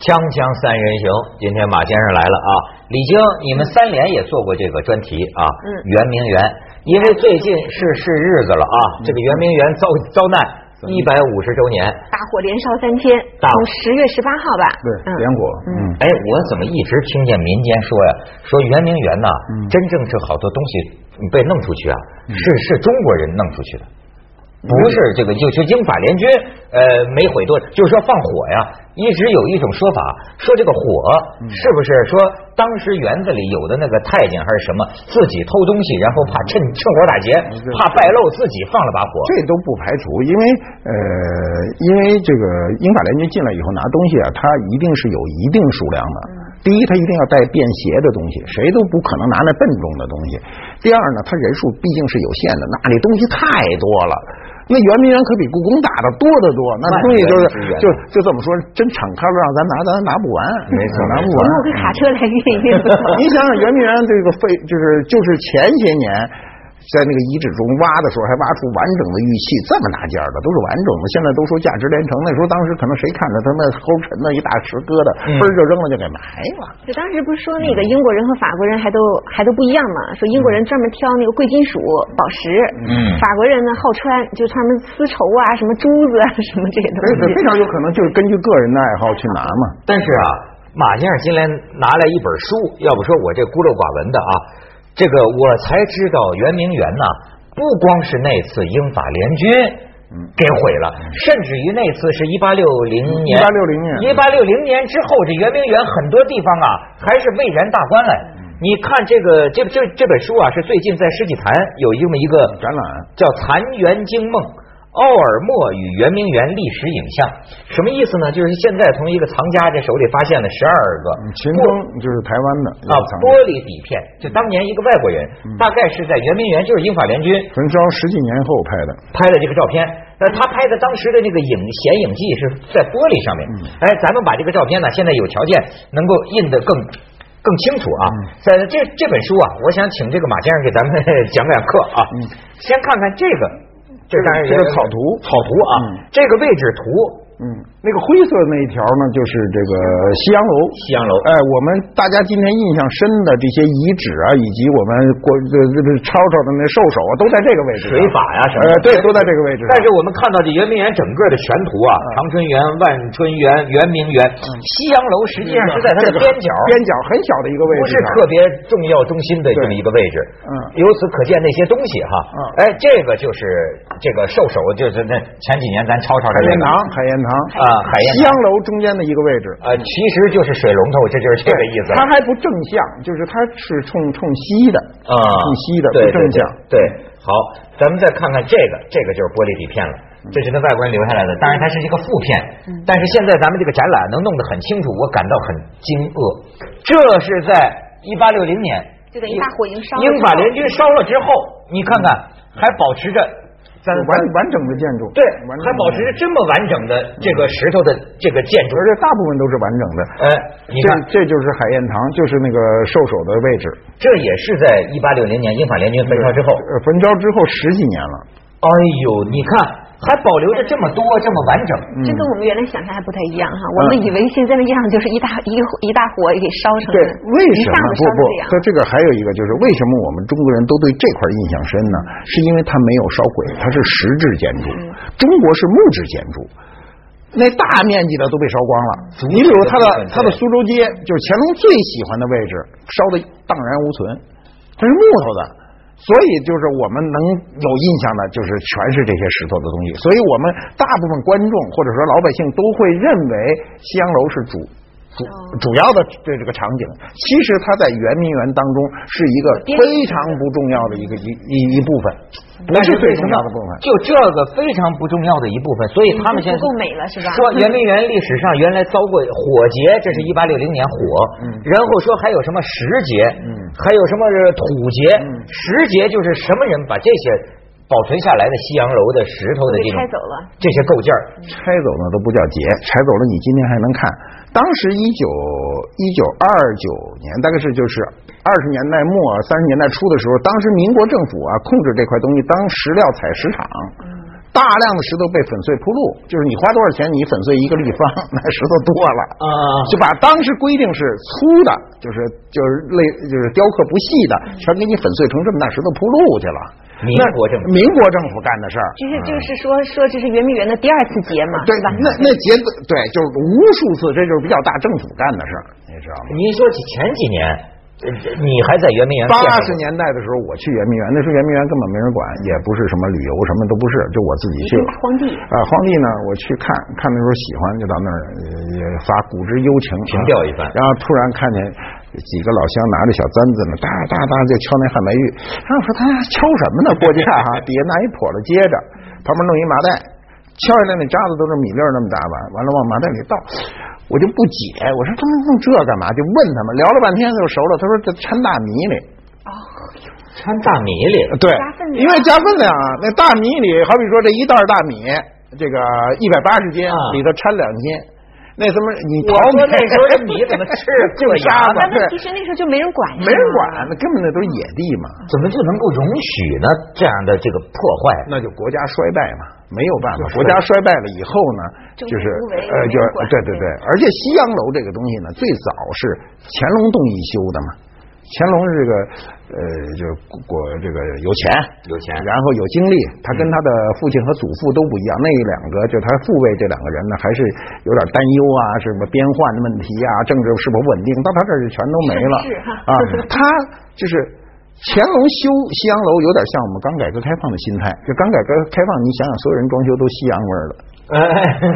锵锵三人行，今天马先生来了啊！李菁，你们三联也做过这个专题啊，嗯圆明园，因为最近是是日子了啊，这个圆明园遭遭难一百五十周年，大火连烧三天，大火从十月十八号吧，对，嗯，点火，嗯嗯，哎，我怎么一直听见民间说呀，说圆明园呐，真正是好多东西被弄出去啊，是是中国人弄出去的。不是这个，就就英法联军，呃，没毁多，就是说放火呀。一直有一种说法，说这个火是不是说当时园子里有的那个太监还是什么，自己偷东西，然后怕趁趁火打劫，怕败露，自己放了把火。这都不排除，因为呃，因为这个英法联军进来以后拿东西啊，它一定是有一定数量的。第一，它一定要带便携的东西，谁都不可能拿那笨重的东西。第二呢，它人数毕竟是有限的，那里东西太多了。那圆明园可比故宫大的多得多，那万东西就是园之园就就这么说，真敞开了让咱拿，咱拿不完，没错拿不完我。弄个卡车来运嗯一运。 你想想，圆明园这个费就是就是前些年。在那个遗址中挖的时候，还挖出完整的玉器，这么大件儿的都是完整的。现在都说价值连城，那时候当时可能谁看着他那齁沉的一大石疙瘩，嘣儿就扔了就给埋了。 就当时不是说那个英国人和法国人还都还都不一样嘛？说英国人嗯专门挑那个贵金属宝石，嗯法国人呢好穿，就穿什么丝绸啊、什么珠子啊、什么这些东所以西。非常有可能就是根据个人的爱好去拿嘛。但是啊，马先生今天拿来一本书，要不说我这孤陋寡闻的啊，这个我才知道圆明园呐、不光是那次英法联军给毁了，甚至于那次是一八六零年， 1860年一八六零年之后，这圆明园很多地方啊还是蔚然大观嘞。你看这个这这这本书啊，是最近在世纪坛有这么一个展览叫《残垣惊梦》。奥尔默与圆明园历史影像，什么意思呢？就是现在从一个藏家这手里发现了十二个秦风就是台湾的啊玻璃底片，就当年一个外国人，大概是在圆明园，就是英法联军焚烧十几年后拍的，拍的这个照片。那他拍的当时的那个影显影记是在玻璃上面。嗯哎，咱们把这个照片呢，现在有条件能够印得更更清楚啊。嗯在这这本书啊，我想请这个马先生给咱们 讲讲课啊。先看看这个，这当然嗯这个也草图草图啊，这个位置图嗯，那个灰色那一条呢，就是这个西洋楼。西洋楼哎，我们大家今天印象深的这些遗址啊，以及我们国这这这抄抄的那兽首啊，都在这个位置上。水法呀什么的呃，对，都在这个位置上。嗯但是我们看到这圆明园整个的全图啊，长春园、万春园、圆明园、西洋楼，实际上是在它的这个边角，嗯边角很小的一个位不置是上。特别重要中心的这么一个位置。嗯由此可见那些东西哈，哎，这个就是这个兽首，就是那前几年咱抄抄海的盐那个堂，啊海盐堂啊海盐堂西洋楼中间的一个位置。呃，其实就是水龙头，这就是这个意思了。它还不正向，就是它是冲冲西的啊，冲西的不对正向。对对对，好，咱们再看看这个，这个就是玻璃底片了。嗯这是跟外国人留下来的，当然它是一个副片，但是现在咱们这个展览能弄得很清楚，我感到很惊愕。这是在一八六零年，就等于大火已经烧了英法之后联军烧了之后，你看看嗯还保持着咱完完整的建筑，对，完整的还保持着这么完整的这个石头的这个建筑而，且大部分都是完整的。呃，你看这这就是海燕堂，就是那个兽首的位置。这也是在一八六零年英法联军焚烧之后，呃，焚烧之后十几年了，哎呦，你看还保留着这么多，这么完整。嗯这跟我们原来想象还不太一样哈，我们以为现在的样就是一大一个一大火给烧成对，为什一下么子烧不成不这样？？它这个还有一个就是为什么我们中国人都对这块印象深呢？是因为它没有烧毁，它是石质建筑，中国是木质建筑。那大面积的都被烧光了，你比如它的部分对它的苏州街，就是乾隆最喜欢的位置，烧的荡然无存，它是木头的，所以就是我们能有印象的，就是全是这些石头的东西，所以我们大部分观众或者说老百姓都会认为西洋楼是主主主要的对这个场景，其实它在圆明园当中是一个边非常不重要的一个一一一部分，不但是最为什重么要的部分。就这个非常不重要的一部分，所以他们现在嗯已经不够美了是吧说圆 明园历史上原来遭过火劫，这嗯是一八六零年火，然后说还有什么石劫，嗯还有什么是土劫，石劫就是什么人把这些保存下来的西洋楼的石头的这种都被拆走了这些构件儿拆走呢都不叫劫，拆走了你今天还能看。当时一九一九二九年，大概是就是二十年代末嗯三十年代初的时候，当时民国政府啊控制这块东西当石料采石场，大量的石头被粉碎铺路，就是你花多少钱，你粉碎一个立方， 那石头多了啊就把当时规定是粗的，就是就是类就是雕刻不细的，全给你粉碎成这么大石头铺路去嗯了。民那国政府民国政府干的事儿，就是就是说说这是圆明园的第二次劫嘛，对是吧？那那结果对，就是无数次，这就是比较大政府干的事儿，你知道吗？您说起前几年，呃你还在圆明园八见过十年代的时候，我去圆明园，那时候圆明园根本没人管，也不是什么旅游，什么都不是，就我自己去一。了片荒地啊、荒地呢，我去看看那时候喜欢，就到那儿呃也发古之幽情，啊凭吊一番然后突然看见几个老乡拿着小簪子呢，哒哒哒就敲那汉白玉。然后我说他俩敲什么呢？过架哈、 底下拿一笸箩接着，旁边弄一麻袋，敲下来那渣子都是米粒儿那么大吧，完了往麻袋里倒。我就不解，我说他们弄这干嘛？就问他们，聊了半天就熟了。他说这掺大米里，哦掺大米里，对加分，量因为加分量啊，那大米里，好比说这一袋大米，这个一百八十斤啊，里头掺两斤，那什么你淘我说那米时候这米 怎么吃就这牙嗯啊沙子那，对那，其实那时候就没人管，没人管，那根本那都是野地嘛，怎么就能够容许呢？这样的这个破坏，那就国家衰败嘛，没有办法就，是国家衰败了以后呢，就就是无为呃，就没人管对对对，而且西洋楼这个东西呢，最早是乾隆动议修的嘛。乾隆是这个，呃，就是国这个有钱，有钱然后有精力。他跟他的父亲和祖父都不一样，那两个就他父辈这两个人呢，还是有点担忧啊，什么边患的问题啊，政治是否稳定，到他这儿就全都没了是哈啊。他就是乾隆修西洋楼，有点像我们刚改革开放的心态。就刚改革开放，你想想，所有人装修都西洋味儿的，哎，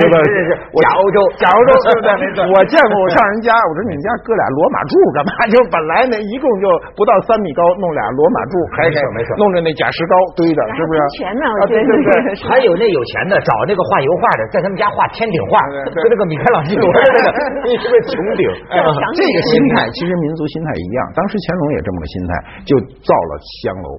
对吧？是是是，我假欧洲，假 欧洲，对不对没错？我见过，我 上人家，我说你们家搁俩罗马柱干嘛？ 就本来那一共就不到三米高，弄俩罗马柱，还没错没错弄着那假石膏堆着，是不是？全呢，啊我觉对得对对。是还有那有钱的找那个画油画的，在他们家画天顶画，对跟对那个米开朗基罗似的，一个穹顶。 哎要想这个心 态其实民族心态一样，当时乾隆也这么个心态，就造了香楼。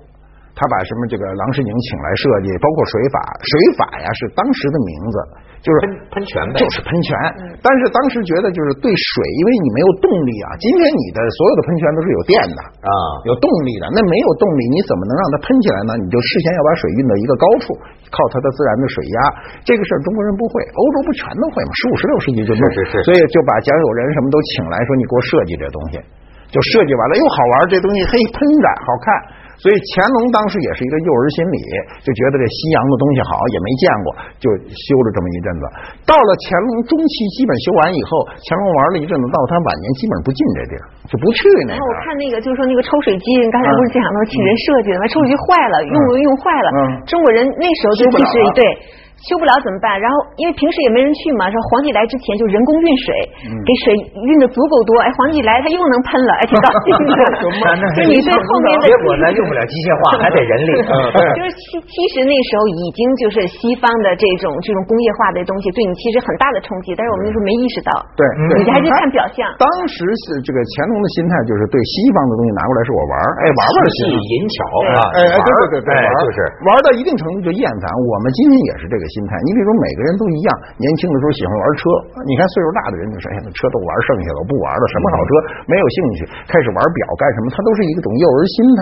他把什么这个郎世宁请来设计，包括水法，水法呀是当时的名字，就是喷喷泉呗嗯就是喷泉。但是当时觉得就是对水，因为你没有动力啊。今天你的所有的喷泉都是有电的啊有动力的，那没有动力，你怎么能让它喷起来呢？你就事先要把水运到一个高处，靠它的自然的水压。这个事儿中国人不会，欧洲不全都会吗？十五、十六世纪就弄，是是是所以就把蒋友仁什么都请来说，你给我设计这东西，就设计完了又好玩，这东西嘿喷着好看。所以乾隆当时也是一个幼儿心理，就觉得这西洋的东西好，也没见过，就修了这么一阵子。到了乾隆中期，基本修完以后，乾隆玩了一阵子，到他晚年基本不进这地儿，就不去 那然后个。我看那个，就是说那个抽水机，你刚才不是讲到请人设计的吗？抽水机坏了，用不用坏了嗯？中国人那时候就修不意了识了对，修不了怎么办？然后因为平时也没人去嘛，说皇帝来之前就人工运水，嗯给水运的足够多，哎，皇帝来他又能喷了，哎，挺高兴的 那那。就你对后面的结果咱 用不了机械化，还得人 力。嗯 就是其其实那时候已经就是西方的这种这种工业化的东西对你其实很大的冲击，但是我们那时候没意识到，对，嗯对啊你还是看表象。当时是这个乾隆的心态就是对西方的东西拿过来是我玩儿，哎，玩玩儿戏行。银巧啊，哎哎，对对对对，哎玩儿就是玩到一定程度就厌烦。我们今天也是这个心态。你比如每个人都一样，年轻的时候喜欢玩车，你看岁数大的人就是，哎呀，那车都玩剩下了，我不玩了，什么好车没有兴趣，开始玩表干什么，它都是一种幼儿心态，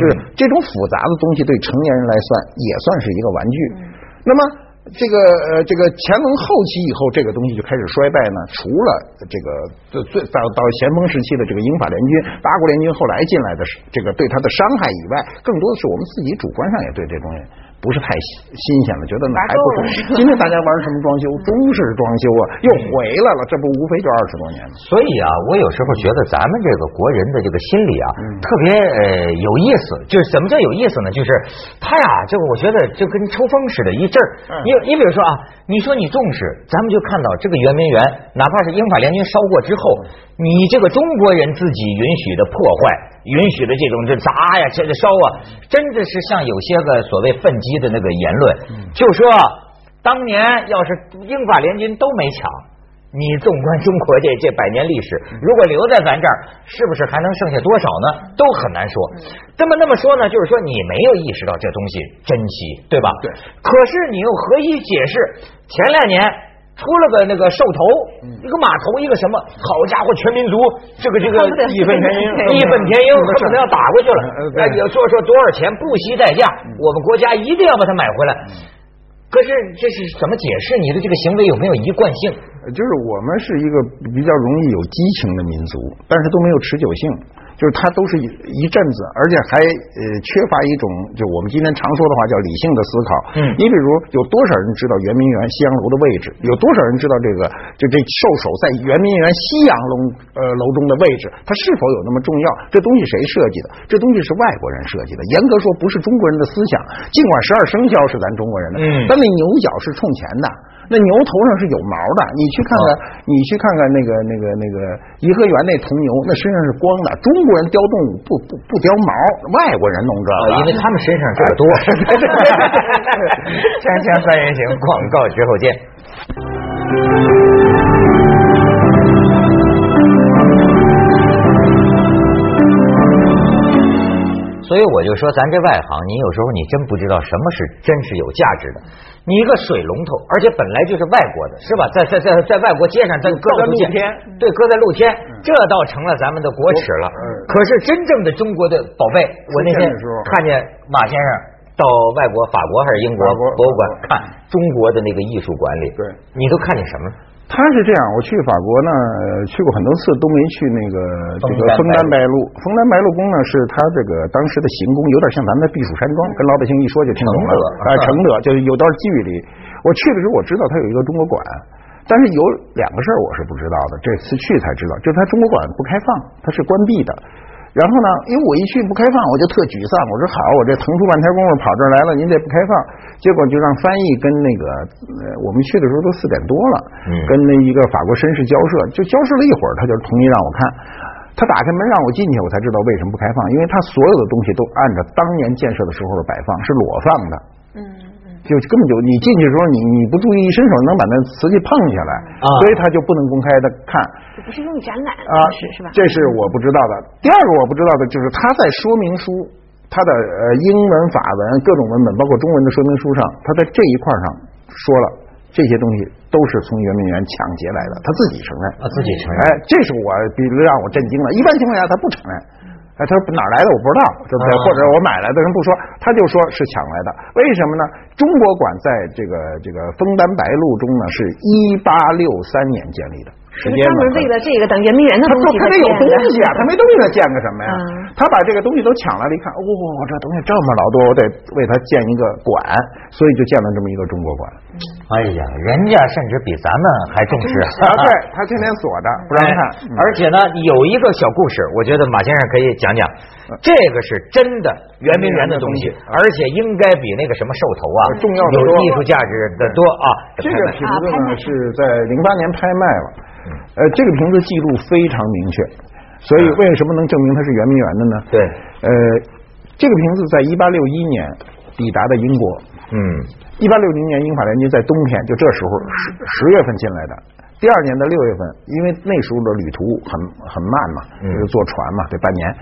就是这种复杂的东西对成年人来算也算是一个玩具。那么。这个呃，这个乾隆后期以后，这个东西就开始衰败呢。除了这个最最到到咸丰时期的这个英法联军、八国联军后来进来的是这个对他的伤害以外，更多的是我们自己主观上也对这东西不是太新新鲜了，觉得那还不玩够错。今天大家玩什么装修？中式装修啊，又回来了，这不无非就二十多年吗？所以啊，我有时候觉得咱们这个国人的这个心理啊，特别呃有意思。就是怎么叫有意思呢？就是他呀，这个我觉得就跟抽风似的，一阵儿。你你比如说啊，你说你重视，咱们就看到这个圆明园，哪怕是英法联军烧过之后，你这个中国人自己允许的破坏，允许的这种这砸呀、这这烧啊，真的是像有些个所谓愤激的那个言论，就说啊当年要是英法联军都没抢。你纵观中国这这百年历史，如果留在咱这儿，是不是还能剩下多少呢？都很难说。那么那么说呢，就是说你没有意识到这东西珍惜，对吧？对。可是你又何以解释？前两年出了个那个兽头，一个马头，一个什么？好家伙，全民族这个这个义愤填膺义愤填膺，恨不得要打回去了呃。对哎，也说说多少钱不惜代价，我们国家一定要把它买回来。可是这是怎么解释你的这个行为有没有一贯性？就是我们是一个比较容易有激情的民族，但是都没有持久性，就是它都是一一阵子，而且还呃缺乏一种就我们今天常说的话叫理性的思考。嗯你比如有多少人知道圆明园西洋楼的位置？有多少人知道这个就这兽首在圆明园西洋楼呃楼中的位置？它是否有那么重要？这东西谁设计的？这东西是外国人设计的。严格说，不是中国人的思想。尽管十二生肖是咱中国人的，嗯但那牛角是冲前的，那牛头上是有毛的。你去看啊看，你去看看那个那个那个颐和园那铜牛，那身上是光的。中国人雕动物不不不雕毛，外国人弄这啊个。，因为他们身上事儿多。 锵锵三人行，广告之后见。所以我就说，咱这外行，你有时候你真不知道什么是真是有价值的。你一个水龙头，而且本来就是外国的，是吧？在在在在外国街上，咱搁搁在路露见天对，搁在露天，这倒成了咱们的国耻了。嗯可是真正的中国的宝贝，我那天出现的时候看见马先生到外国法国还是英国法国博物馆法国看中国的那个艺术馆里，对你都看见什么了？他是这样，我去法国呢，呃去过很多次，都没去那个这个枫枫丹丹白白露。枫丹白露宫呢，是他这个当时的行宫，有点像咱们的避暑山庄，跟老百姓一说就听懂了。承德啊，承德就是有段距离。我去的时候我知道它有一个中国馆，但是有两个事儿我是不知道的，这次去才知道，就是它中国馆不开放，它是关闭的。然后呢，因为我一去不开放，我就特沮丧。我说好，我这腾出半天功夫跑这儿来了，您这不开放，结果就让翻译跟那个呃，我们去的时候都四点多了，嗯跟那一个法国绅士交涉，就交涉了一会儿，他就同意让我看。他打开门让我进去，我才知道为什么不开放，因为他所有的东西都按照当年建设的时候的摆放，是裸放的。嗯就根本就你进去的时候，你你不注意一伸手能把那瓷器碰下来，啊所以他就不能公开的看这不是用于展览啊是是吧？这是我不知道的。第二个我不知道的就是他在说明书，他的呃英文、法文各种文本，包括中文的说明书上，他在这一块上说了这些东西都是从圆明园抢劫来的，他自己承认。啊，自己承认哎。，这是我比让我震惊了。一般情况下他不承认，哎，他说哪儿来的我不知道，对不对？啊或者我买来的人不说，他就说是抢来的。为什么呢？中国馆在这个这个枫丹白露中呢，是一八六三年建立的，时是间专门为了这个等圆明园的他东不西他得有东西啊，他没东西他建个什么呀？嗯他把这个东西都抢来了，一看，哦，这东西这么老多，我得为他建一个馆，所以就建了这么一个中国馆。哎呀，人家甚至比咱们还重视 啊， 对他天天锁着，不让看哎，嗯而且呢，有一个小故事，我觉得马先生可以讲讲。这个是真的圆明园的东西嗯圆明园的，嗯而且应该比那个什么兽头啊重要得有多艺术价值的多啊。这个瓶子啊拍呢卖嗯是在零八年拍卖了，呃，这个瓶子记录非常明确，所以嗯为什么能证明它是圆明园的呢？对呃，这个瓶子在一八六一年抵达的英国，嗯，一八六零年英法联军在冬天，就这时候十十月份进来的。第二年的六月份，因为那时候的旅途很很慢嘛，嗯就是坐船嘛，得半年。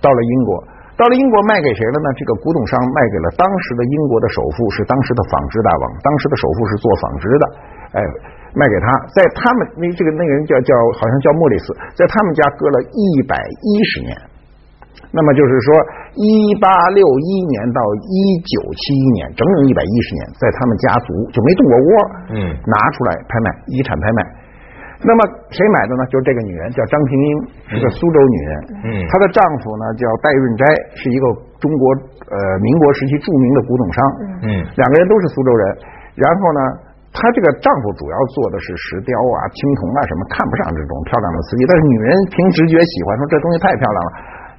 到了英国，到了英国卖给谁了呢？这个古董商卖给了当时的英国的首富，是当时的纺织大王，当时的首富是做纺织的，哎，卖给他，在他们那这个那个人叫叫好像叫莫里斯，在他们家搁了一百一十年。那么就是说，一八六一年到一九七一年，整整一百一十年，在他们家族就没动过窝，嗯拿出来拍卖，遗产拍卖。那么谁买的呢？就是这个女人，叫张平英，是个苏州女人。嗯她的丈夫呢叫戴润斋，是一个中国呃民国时期著名的古董商。嗯两个人都是苏州人。然后呢，她这个丈夫主要做的是石雕啊、青铜啊什么，看不上这种漂亮的瓷器，但是女人凭直觉喜欢，说这东西太漂亮了。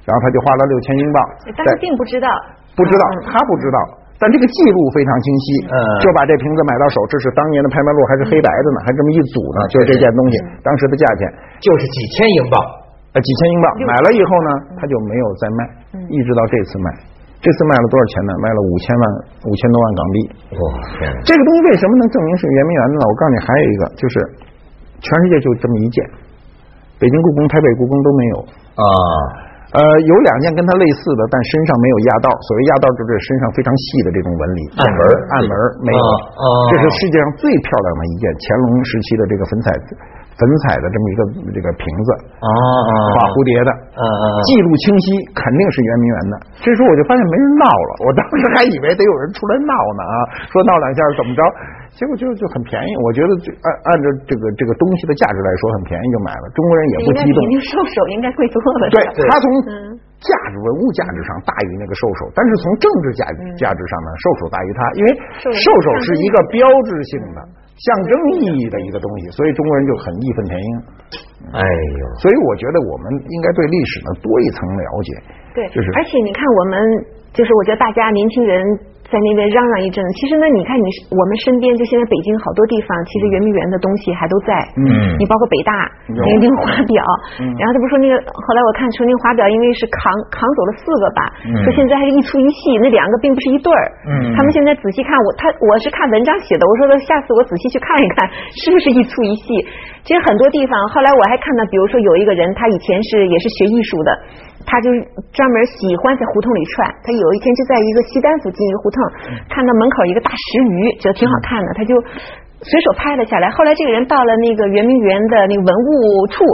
然后她就花了六千英镑，哎但在是并不知道，嗯不知道，他不知道。但这个记录非常清晰，嗯就把这瓶子买到手，这是当年的拍卖录，还是黑白的呢，还这么一组呢，啊就是这件东西当时的价钱，就是几千英镑。呃，几千英镑。买了以后呢，他就没有再卖，一直到这次卖，这次卖了多少钱呢？卖了五千万，五千多万港币。哇，天哪！这个东西为什么能证明是圆明园的呢？我告诉你，还有一个就是，全世界就这么一件，北京故宫、台北故宫都没有。啊，呃，有两件跟它类似的，但身上没有压道。所谓压道，就是身上非常细的这种纹理，暗纹暗纹没有。啊啊这是世界上最漂亮的一件乾隆时期的这个粉彩粉粉彩的这么一个这个瓶子，啊啊画蝴蝶的，嗯嗯嗯记录清晰，肯定是圆明园的。这时候我就发现没人闹了，我当时还以为得有人出来闹呢啊，说闹两下怎么着，结果就就很便宜，我觉得这按按照这个这个东西的价值来说，很便宜就买了，中国人也不应该激比动。那个兽首应该贵多了。是对吧对他从嗯价值文物价值上大于那个兽首，但是从政治价价值上嗯呢，兽首大于它，因为兽首兽首是一个标志性的、嗯象征意义的一个东西，所以中国人就很义愤填膺。哎呦，所以我觉得我们应该对历史呢多一层了解。对，就是而且你看，我们就是我觉得大家年轻人在那边嚷嚷一阵，其实呢，你看你我们身边就现在北京好多地方，其实圆明园的东西还都在。嗯你包括北大有那个华表，然后他不是说那个后来我看说那个华表，因为是扛扛走了四个吧，嗯说现在还是一出一细，那两个并不是一对儿。嗯他们现在仔细看我，他我是看文章写的，我说的下次我仔细去看一看， 是不是一出一细。其实很多地方，后来我还看到，比如说有一个人，他以前是也是学艺术的，他就是专门喜欢在胡同里串。他有一天就在一个西单附近一个胡同，嗯看到门口一个大石鱼，觉得挺好看的，他就。随手拍了下来。后来这个人到了那个圆明园的那个文物处，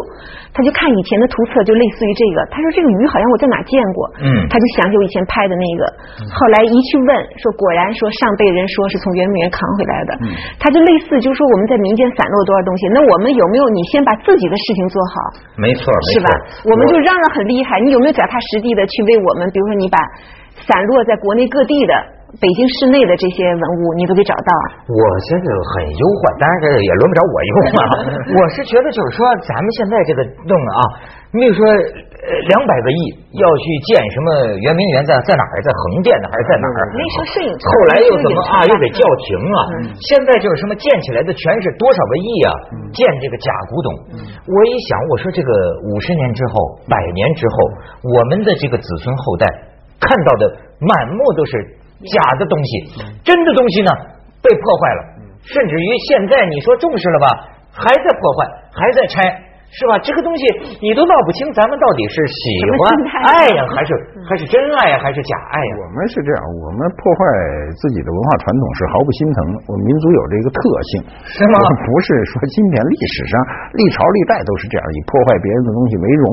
他就看以前的图册，就类似于这个。他说这个鱼好像我在哪见过，嗯他就想起我以前拍的那个。嗯后来一去问，说果然说上辈人说是从圆明园扛回来的。嗯他就类似就是说我们在民间散落多少东西，那我们有没有你先把自己的事情做好，没错没错，是吧？我们就嚷嚷很厉害，你有没有脚踏实地的去为我们，比如说你把散落在国内各地的北京市内的这些文物，你都给找到啊？我觉得很忧患，当然这也轮不着我忧 啊。我是觉得就是说，咱们现在这个弄啊，你比如说呃两百个亿要去建什么圆明园在，在哪儿，在横店呢，还是在哪儿？那时候摄影后来又怎么啊？又给叫停啊！现在就是什么建起来的全是多少个亿啊？建这个假古董。我一想，我说这个五十年之后、百年之后，我们的这个子孙后代看到的满目都是假的东西，真的东西呢被破坏了，甚至于现在你说重视了吧，还在破坏，还在拆。是吧？这个东西你都闹不清，咱们到底是喜什么心态欢爱呀，还是还是真爱呀，还是假爱呀？我们是这样，我们破坏自己的文化传统是毫不心疼的。我们民族有这个特性，是吗我不是说今天历史上历朝历代都是这样，以破坏别人的东西为荣。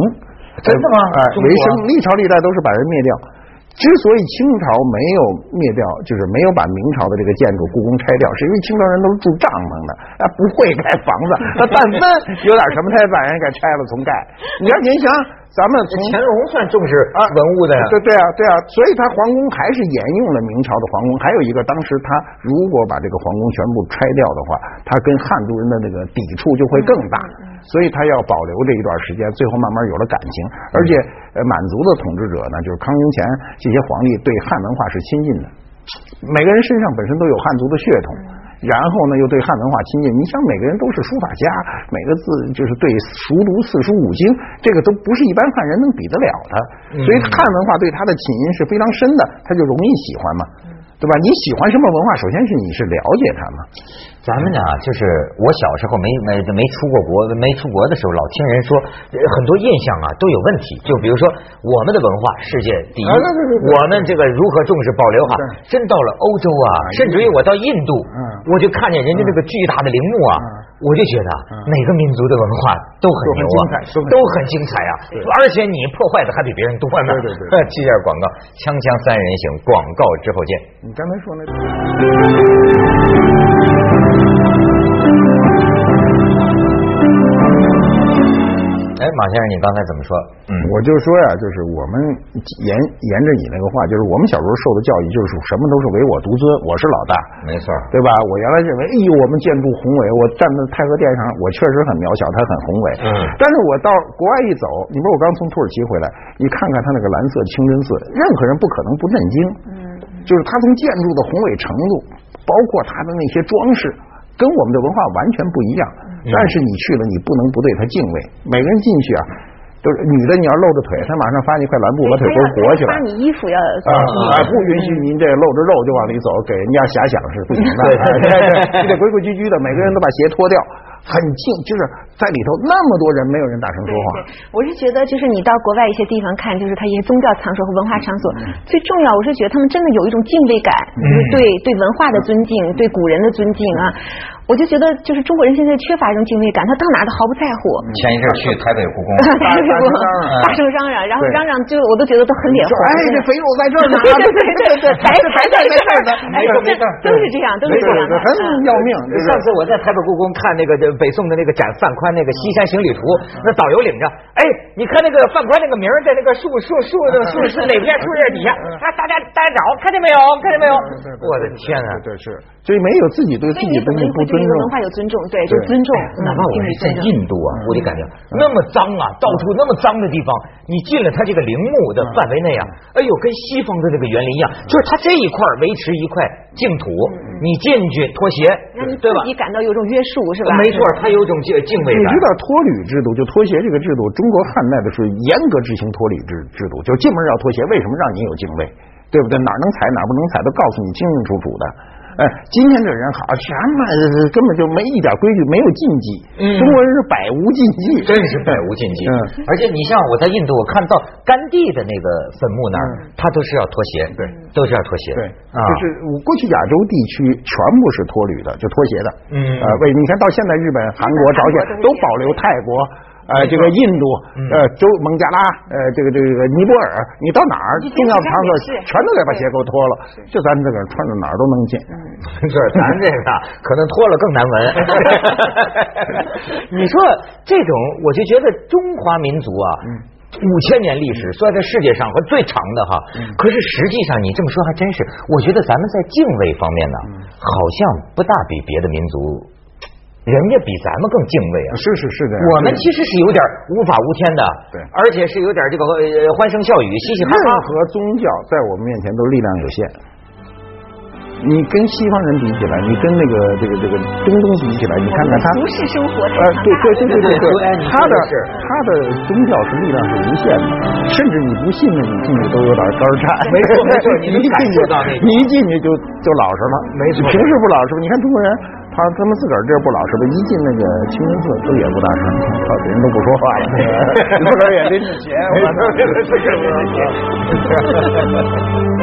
真的吗哎、中国为生，历朝历代都是把人灭掉。之所以清朝没有灭掉，就是没有把明朝的这个建筑故宫拆掉，是因为清朝人都是住帐篷的，啊，不会盖房子，那但凡有点什么，他也把人给拆了重盖。你要您想，咱们从乾隆算重视文物的呀、对对啊，对啊，所以他皇宫还是沿用了明朝的皇宫。还有一个，当时他如果把这个皇宫全部拆掉的话，他跟汉族人的那个抵触就会更大。所以他要保留这一段时间，最后慢慢有了感情。而且，呃，满族的统治者呢，就是康雍乾这些皇帝对汉文化是亲近的，每个人身上本身都有汉族的血统。然后呢，又对汉文化亲近。你想，每个人都是书法家，每个字就是对熟读四书五经，这个都不是一般汉人能比得了的。所以汉文化对他的起因是非常深的，他就容易喜欢嘛，对吧？你喜欢什么文化，首先是你是了解它嘛。咱们呢，就是我小时候没没没出过国，没出国的时候，老听人说呃很多印象啊都有问题。就比如说我们的文化世界第一，啊对对对对我们这个如何重视保留哈、真到了欧洲啊，甚至于我到印度，嗯我就看见人家那个巨大的陵墓啊，我就觉得啊每个民族的文化都很牛啊，嗯都很精彩都很都很精彩啊，而且你破坏的还比别人多呢。 哎对对对记下广告，锵锵三人行，广告之后见。你刚才说那。哎，马先生，你刚才怎么说？嗯我就说呀、就是我们沿沿着你那个话，就是我们小时候受的教育，就是什么都是唯我独尊，我是老大，没错儿。对吧？我原来认为，哎呦，我们建筑宏伟，我站在太和殿上，我确实很渺小，它很宏伟。嗯但是我到国外一走，你比如我刚从土耳其回来，你看看它那个蓝色清真寺，任何人不可能不震惊。嗯，就是它从建筑的宏伟程度，包括它的那些装饰。跟我们的文化完全不一样，但是你去了，你不能不对它敬畏。每个人进去啊，都是女的，你要露着腿，她马上发你块蓝布，把腿给我裹起来。他要发你衣服要啊啊！不允许您这露着肉就往里走，给人家遐想是不行的。对哎对对你得规规矩矩的，每个人都把鞋脱掉，很静，就是在里头那么多人，没有人大声对说话。对，我是觉得就是你到国外一些地方看，就是它一些宗教场所和文化场所，嗯最重要，嗯我是觉得他们真的有一种敬畏感，就是对对文化的尊敬，对古人的尊敬啊。我就觉得就是中国人现在缺乏一种敬畏感，他到哪儿都毫不在乎。嗯 前一阵儿去台北 故宫，大声大声嚷嚷大声嚷啊嚷，然后啊嗯对嚷嚷就我都觉得都很脸就红。哎，这肥肉在这儿呢， 对对对对， 还是还在在这儿呢，哎没这事没事，都是这样，都是这样的。啊嗯很要命，就是上次我在台北故宫看那个这北宋的那个展范宽那个《西山行旅图》，那导游领着，哎，你看那个范宽那个名儿在那个树树树树是哪片树叶底下，啊，大家大家找，看见没有？看见没有？我的天啊！对是，所以没有自己对所自以你己东怎么西对这不尊重个文，化有尊重？对，就对哎尊重。嗯哦哪怕我是敬畏在尊重印度啊，我就感觉那么脏啊，到处那么脏的地方，你进了他这个陵墓的范围内啊，哎呦，跟西方的那个园林一样，就是他这一块儿维持一块净土，你进去脱鞋让你，自对吧？己感到有种约束是吧？没错，他有一种敬敬畏你感知。道脱履制度，就脱鞋这个制度，中国汉代的是严格执行脱履制制度，就进门要脱鞋，为什么让你有敬畏？对不对？哪儿能踩哪儿不能踩都告诉你清清楚楚的。哎，今天这人好，什么根本就没一点规矩，没有禁忌。嗯中国人是百无禁忌，真是百无禁忌。嗯而且你像我在印度，我看到甘地的那个坟墓那儿，他都是要脱鞋，嗯对，都是要脱鞋，对，啊就，是我过去亚洲地区全部是脱履的，就拖鞋的。嗯呃，为你看到现在日本、韩国、朝鲜韩国都是这样嗯都保留泰国。呃，这个印度，嗯呃，周孟加拉，呃，这个这个尼泊尔，你到哪儿你就重要的场所这样也是全都得把鞋给我脱了，就咱们自个儿穿着哪儿都能进。 嗯就是咱这个可能脱了更 难闻。你说这种，我就觉得中华民族啊。嗯五千年历史算在世界上和最长的哈，嗯可是实际上你这么说还真是，我觉得咱们在敬畏方面呢，嗯好像不大比别的民族，人家比咱们更敬畏啊。是是是这样。我们其实是有点无法无天的，对而且是有点这个呃欢声笑语、嘻嘻哈任哈。何宗教在我们面前都力量有限。你跟西方人比起来，你跟那个这个这个中东比起来，你看看他我们的俗世生活太呃，对对对对对对对哎你说的他的是他的宗教是力量是无限的，甚至你不信的，你进去都有点肝颤。没错没 错你能一感进去受到那种你一进去就就老实了。没错平时不老实吧？你看中国人，他他们自个儿这儿不老实吧？一进那个清真寺都也不大声，好别人都不说话了，哎 自个儿也拎着钱，我操 没错没错没错没错